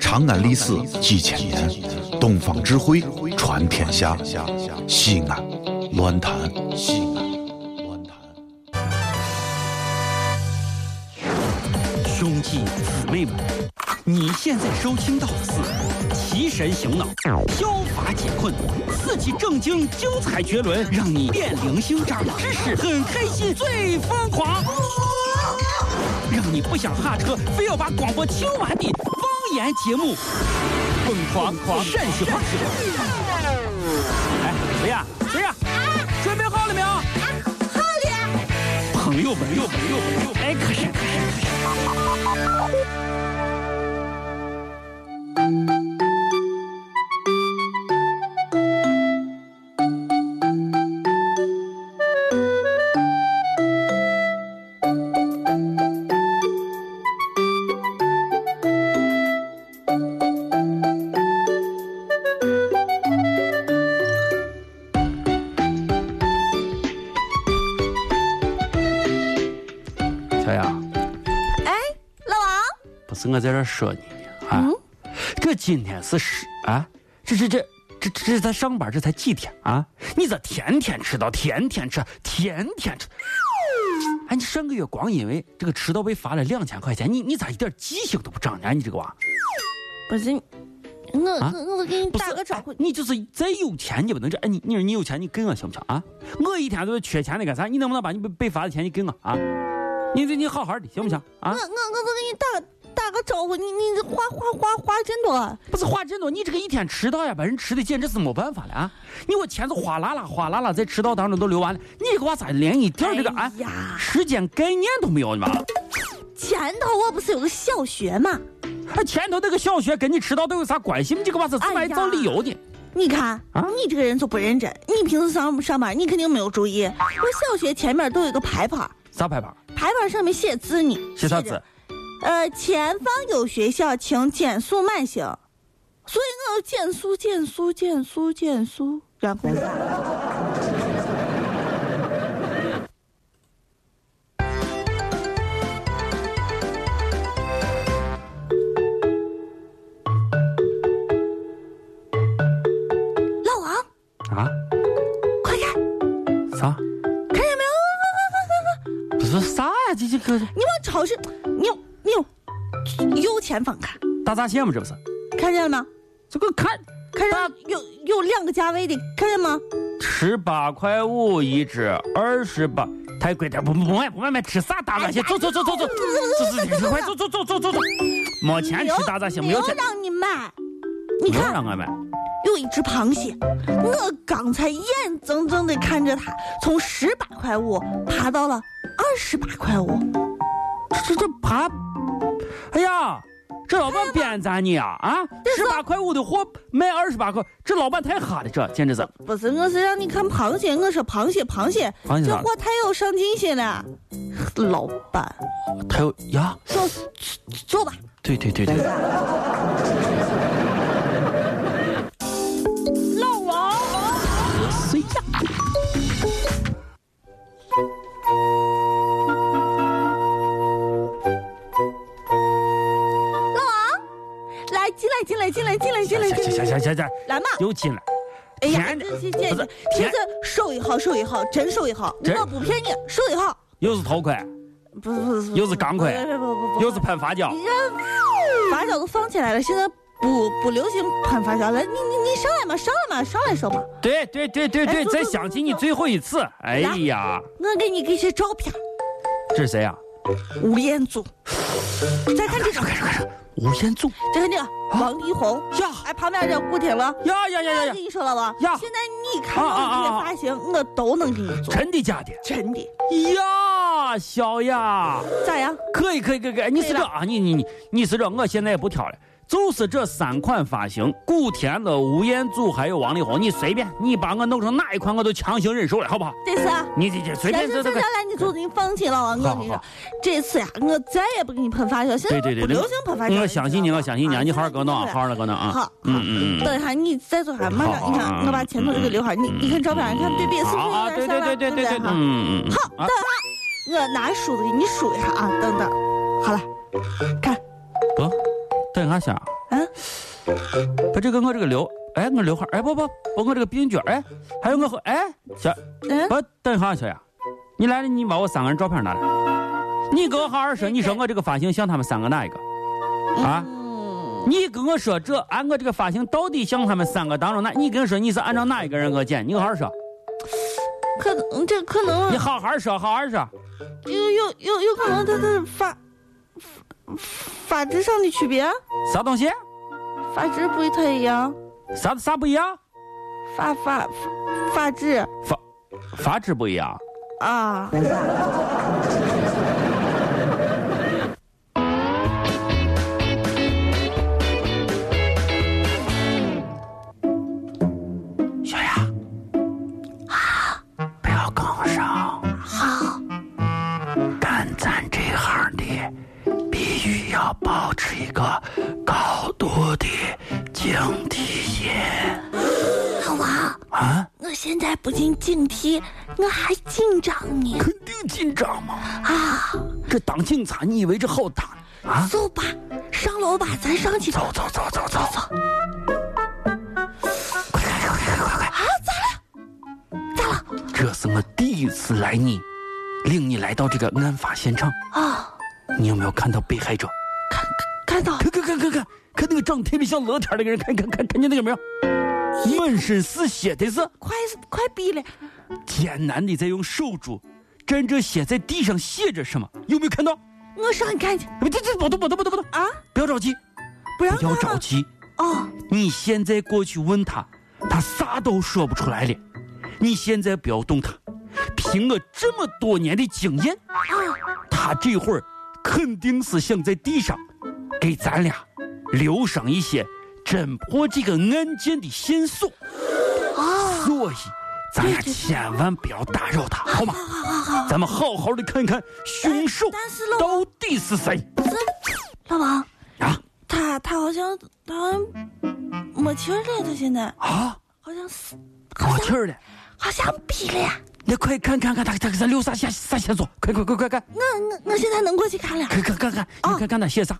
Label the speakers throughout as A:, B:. A: 长安历史几千年，东方智慧传天下。西安，乱谈西安，乱谈。
B: 兄弟姊妹们，你现在收听到的是提神醒脑、消乏解困、刺激正经、精彩绝伦，让你变零星、长知识、很开心、最疯狂，让你不想下车，非要把广播听完的方言节目，疯狂狂陕西话。哎，谁呀？谁呀？准备好了没有？朋友们，友们，友们，友们，哎，可是可是可是。
C: 小雅，
D: 哎老王，嗯
C: 不是我在这儿说你呢啊，这今天是十啊，这这这这这这才上班这才几天啊？你咋天天迟到，天天迟，天天迟？哎，你上个月光因为这个迟到被罚了两千块钱，你你咋一点记性都不长呢？你这个娃，
D: 不是，我
C: 啊
D: 我我给你
C: 不是
D: 打个招呼
C: 哎，你就是再有钱你不能这，哎，你你说你有钱你给我行不行啊？我一天都是缺钱的干啥？你能不能把你被被罚的钱你给我啊？你你你好好的行不行啊
D: 我我？我都给你打打个招呼，你你这话话话话真多，啊
C: 不是话真多，你这个一天迟到呀，把人迟的简直是没办法了啊！你我钱是哗啦啦哗啦啦在迟到当中都流完了，你这个娃咋连一点儿这个
D: 哎
C: 啊
D: 呀
C: 时间概念都没有呢嘛？
D: 前头我不是有个小学嘛？
C: 哎，前头那个小学跟你迟到都有啥关系？你这个娃是自
D: 哎
C: 来
D: 呀
C: 找理由的。
D: 你看
C: 啊，
D: 你这个人就不认真，你平时上上班你肯定没有注意，我小学前面都有一个牌牌，
C: 啥牌牌？
D: 牌牌上面写字呢，
C: 写啥
D: 着
C: 字？
D: 呃，前方有学校，请减速慢行。所以我要减速，减速，减速，减速，然后。老王，
C: 啊？
D: 快看，
C: 啥？
D: 看见没哦有？
C: 不是啥呀？这这个
D: 你往超市，你有你有右前方看，
C: 大闸蟹嘛，这不是？
D: 看见了吗？
C: 这个看
D: 看上有有两个价位的，看见吗？
C: 十八块五一只，二十八，太贵点，不不买不买买，吃啥大闸蟹？走走走走走，走走走，快走走走走走走，没钱吃大闸蟹，没有钱，
D: 让你买。你
C: 没有
D: 看，
C: 让我买。
D: 有一只螃蟹，我刚才眼睁睁的看着它从十八块五爬到了二十八块五，
C: 这这爬，哎呀，这老板编咱你啊啊！十八块五的货卖二十八块，这老板太哈了，这简直是。
D: 不是，我是让你看螃蟹，我说螃蟹，螃蟹，
C: 螃蟹
D: 这
C: 啥
D: 货太有上进心了。老板，
C: 他有呀，
D: 走走吧，
C: 对对对对，
D: 老王，
C: 谁呀？
D: 来进来，进来，进来，进来，进来，
C: 行
D: 进
C: 行
D: 来，
C: 行行行，
D: 来嘛。
C: 又进来，
D: 哎呀，
C: 甜的
D: 这这
C: 不
D: 这
C: 是
D: 这
C: 甜
D: 这收一号，收一号，真收一号，
C: 真
D: 我不骗你，收一号。
C: 又是头盔，
D: 不是不是，
C: 又是钢盔
D: 不不不不，
C: 又是喷发胶，
D: 你这发胶都放起来了，现在不不流行喷发胶了。你你你上来嘛，上来嘛，上来说嘛。
C: 对对对对对，再想起你最后一次，哎呀，
D: 我给你给些照片，
C: 这是谁呀？
D: 吴彦祖。再看这张，
C: 吴彦祖啊
D: 再看这个王力宏，
C: 呀
D: 哎，旁边这顾廷乐。
C: 呀呀哎呀
D: 我
C: 呀
D: 跟
C: 呀，
D: 你说了吧，
C: 呀
D: 现在你看到
C: 啊啊
D: 的
C: 啊
D: 这些
C: 啊
D: 发型，我都能给你做，
C: 真的假的？
D: 真的。
C: 呀，小呀。
D: 咋样？
C: 可以可以可以，可以你是这啊，你你你你是这，我现在也不挑了，就是这三款发型，古天乐、吴彦祖还有王力宏，你随便，你把我弄成哪一款我都强行忍受了，好不好？
D: 这次啊。
C: 你这这随
D: 行
C: 便这这
D: 行行，
C: 个
D: 咱，俩你做，你放心了，王哥，
C: 好
D: 我跟你说
C: 好，
D: 这次呀，我再也不给你喷发胶，现在
C: 对对
D: 不
C: 对对
D: 流行喷发胶了。
C: 嗯我相信你，
D: 知道
C: 我
D: 吧
C: 相信你，
D: 啊
C: 啊，你好好给我弄啊，
D: 对
C: 好好给我弄啊，
D: 好，
C: 嗯嗯嗯。
D: 等一下，你再做啥？马上，
C: 好
D: 你看，
C: 好
D: 我把前头这个留下。你你看照片，你看对比是不是
C: 好啊，
D: 有
C: 对
D: 点
C: 对
D: 像了？
C: 对对
D: 不
C: 对对，
D: 哈
C: 嗯嗯嗯，啊
D: 我拿梳子给你梳一下啊，等等。好了，看，
C: 不，等一下先，
D: 啊，
C: 把这个我这个刘，哎，我刘海，哎，不不，我我这个冰卷，哎，还有我和，哎，小，
D: 嗯，
C: 不，等一下，小杨，你来了，你把我三个人照片拿来，你给我好好说，你说我这个发型像他们三个哪一个？啊，
D: 嗯，
C: 你跟我说这俺我这个发型到底像他们三个当中哪？你跟我说你是按照哪一个人给我剪？你给我好好说，
D: 可能这可能
C: 你好好说，好好说。
D: 有有有有可能他的发发质上的区别，
C: 啥东西？
D: 发质不太一样，
C: 啥啥不一样？
D: 发发发质
C: 发发质不一样。
D: 啊，
C: 小雅，啊，不要跟我上。
D: 好，
C: 干咱这行的，必须要保持一个高度的警惕心。
D: 老王，
C: 啊，
D: 我现在不仅警惕，我还紧张呢
C: 肯定紧张嘛。
D: 啊！
C: 这当警察，你以为这好当啊？
D: 走吧，上楼吧，咱上去吧。
C: 走走走走走走。快快快快快快！啊，
D: 咋
C: 了？咋了？这是我第一次来你，领你来到这个案发现场。
D: 啊，
C: 你有没有看到被害者？
D: 看看看到
C: 看看看看看看那个长得特别像乐天那个人，看看看看见那个没有？满身是血的是
D: 快快闭了，
C: 艰难的在用手镯沾着血在地上写着什么，有没有看到？
D: 我上去看去
C: 别别别，不动不动不动不动，
D: 啊！
C: 不要着急，
D: 不让
C: 不要
D: 看
C: 着
D: 了
C: 急，
D: 哦，
C: 你现在过去问他，他啥都说不出来了。你现在不要动他，凭我这么多年的经验，他这会儿肯定是想在地上给咱俩留上一些侦破这个案件的线索，所以咱俩千万不要打扰他，好吗？咱们好好的看看凶手
D: 但是老
C: 到底是谁
D: 老王，
C: 啊
D: 他他好像他好像没气儿了，他现在
C: 啊！
D: 好像死，好
C: 过气
D: 像
C: 儿了，
D: 好像闭了呀。
C: 那快看看看他他给咱留啥线啥线索？快快快快快！
D: 我我我现在能过去看了。
C: 看看看看，
D: 啊
C: 你看看他写啥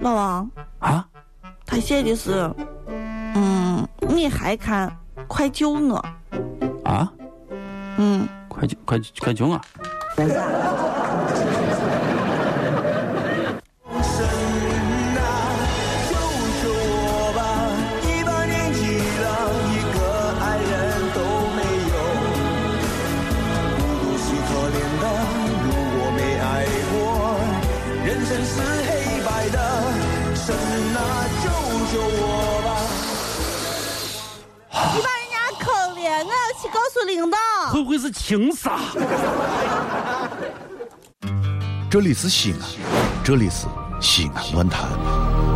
D: 老王，
C: 啊？
D: 他写的是，嗯，你还看，快救我。
C: 啊？
D: 嗯，
C: 快救快救快救我！
E: 救救我吧！一把年纪了，一个爱人都没有，孤独是可怜的。如果没爱过，人生是黑白的。神啊，救救我吧！
D: 你把人家坑了，我要去告诉领导。
C: 会不会是情杀？
A: 这里是西安，这里是西安论坛。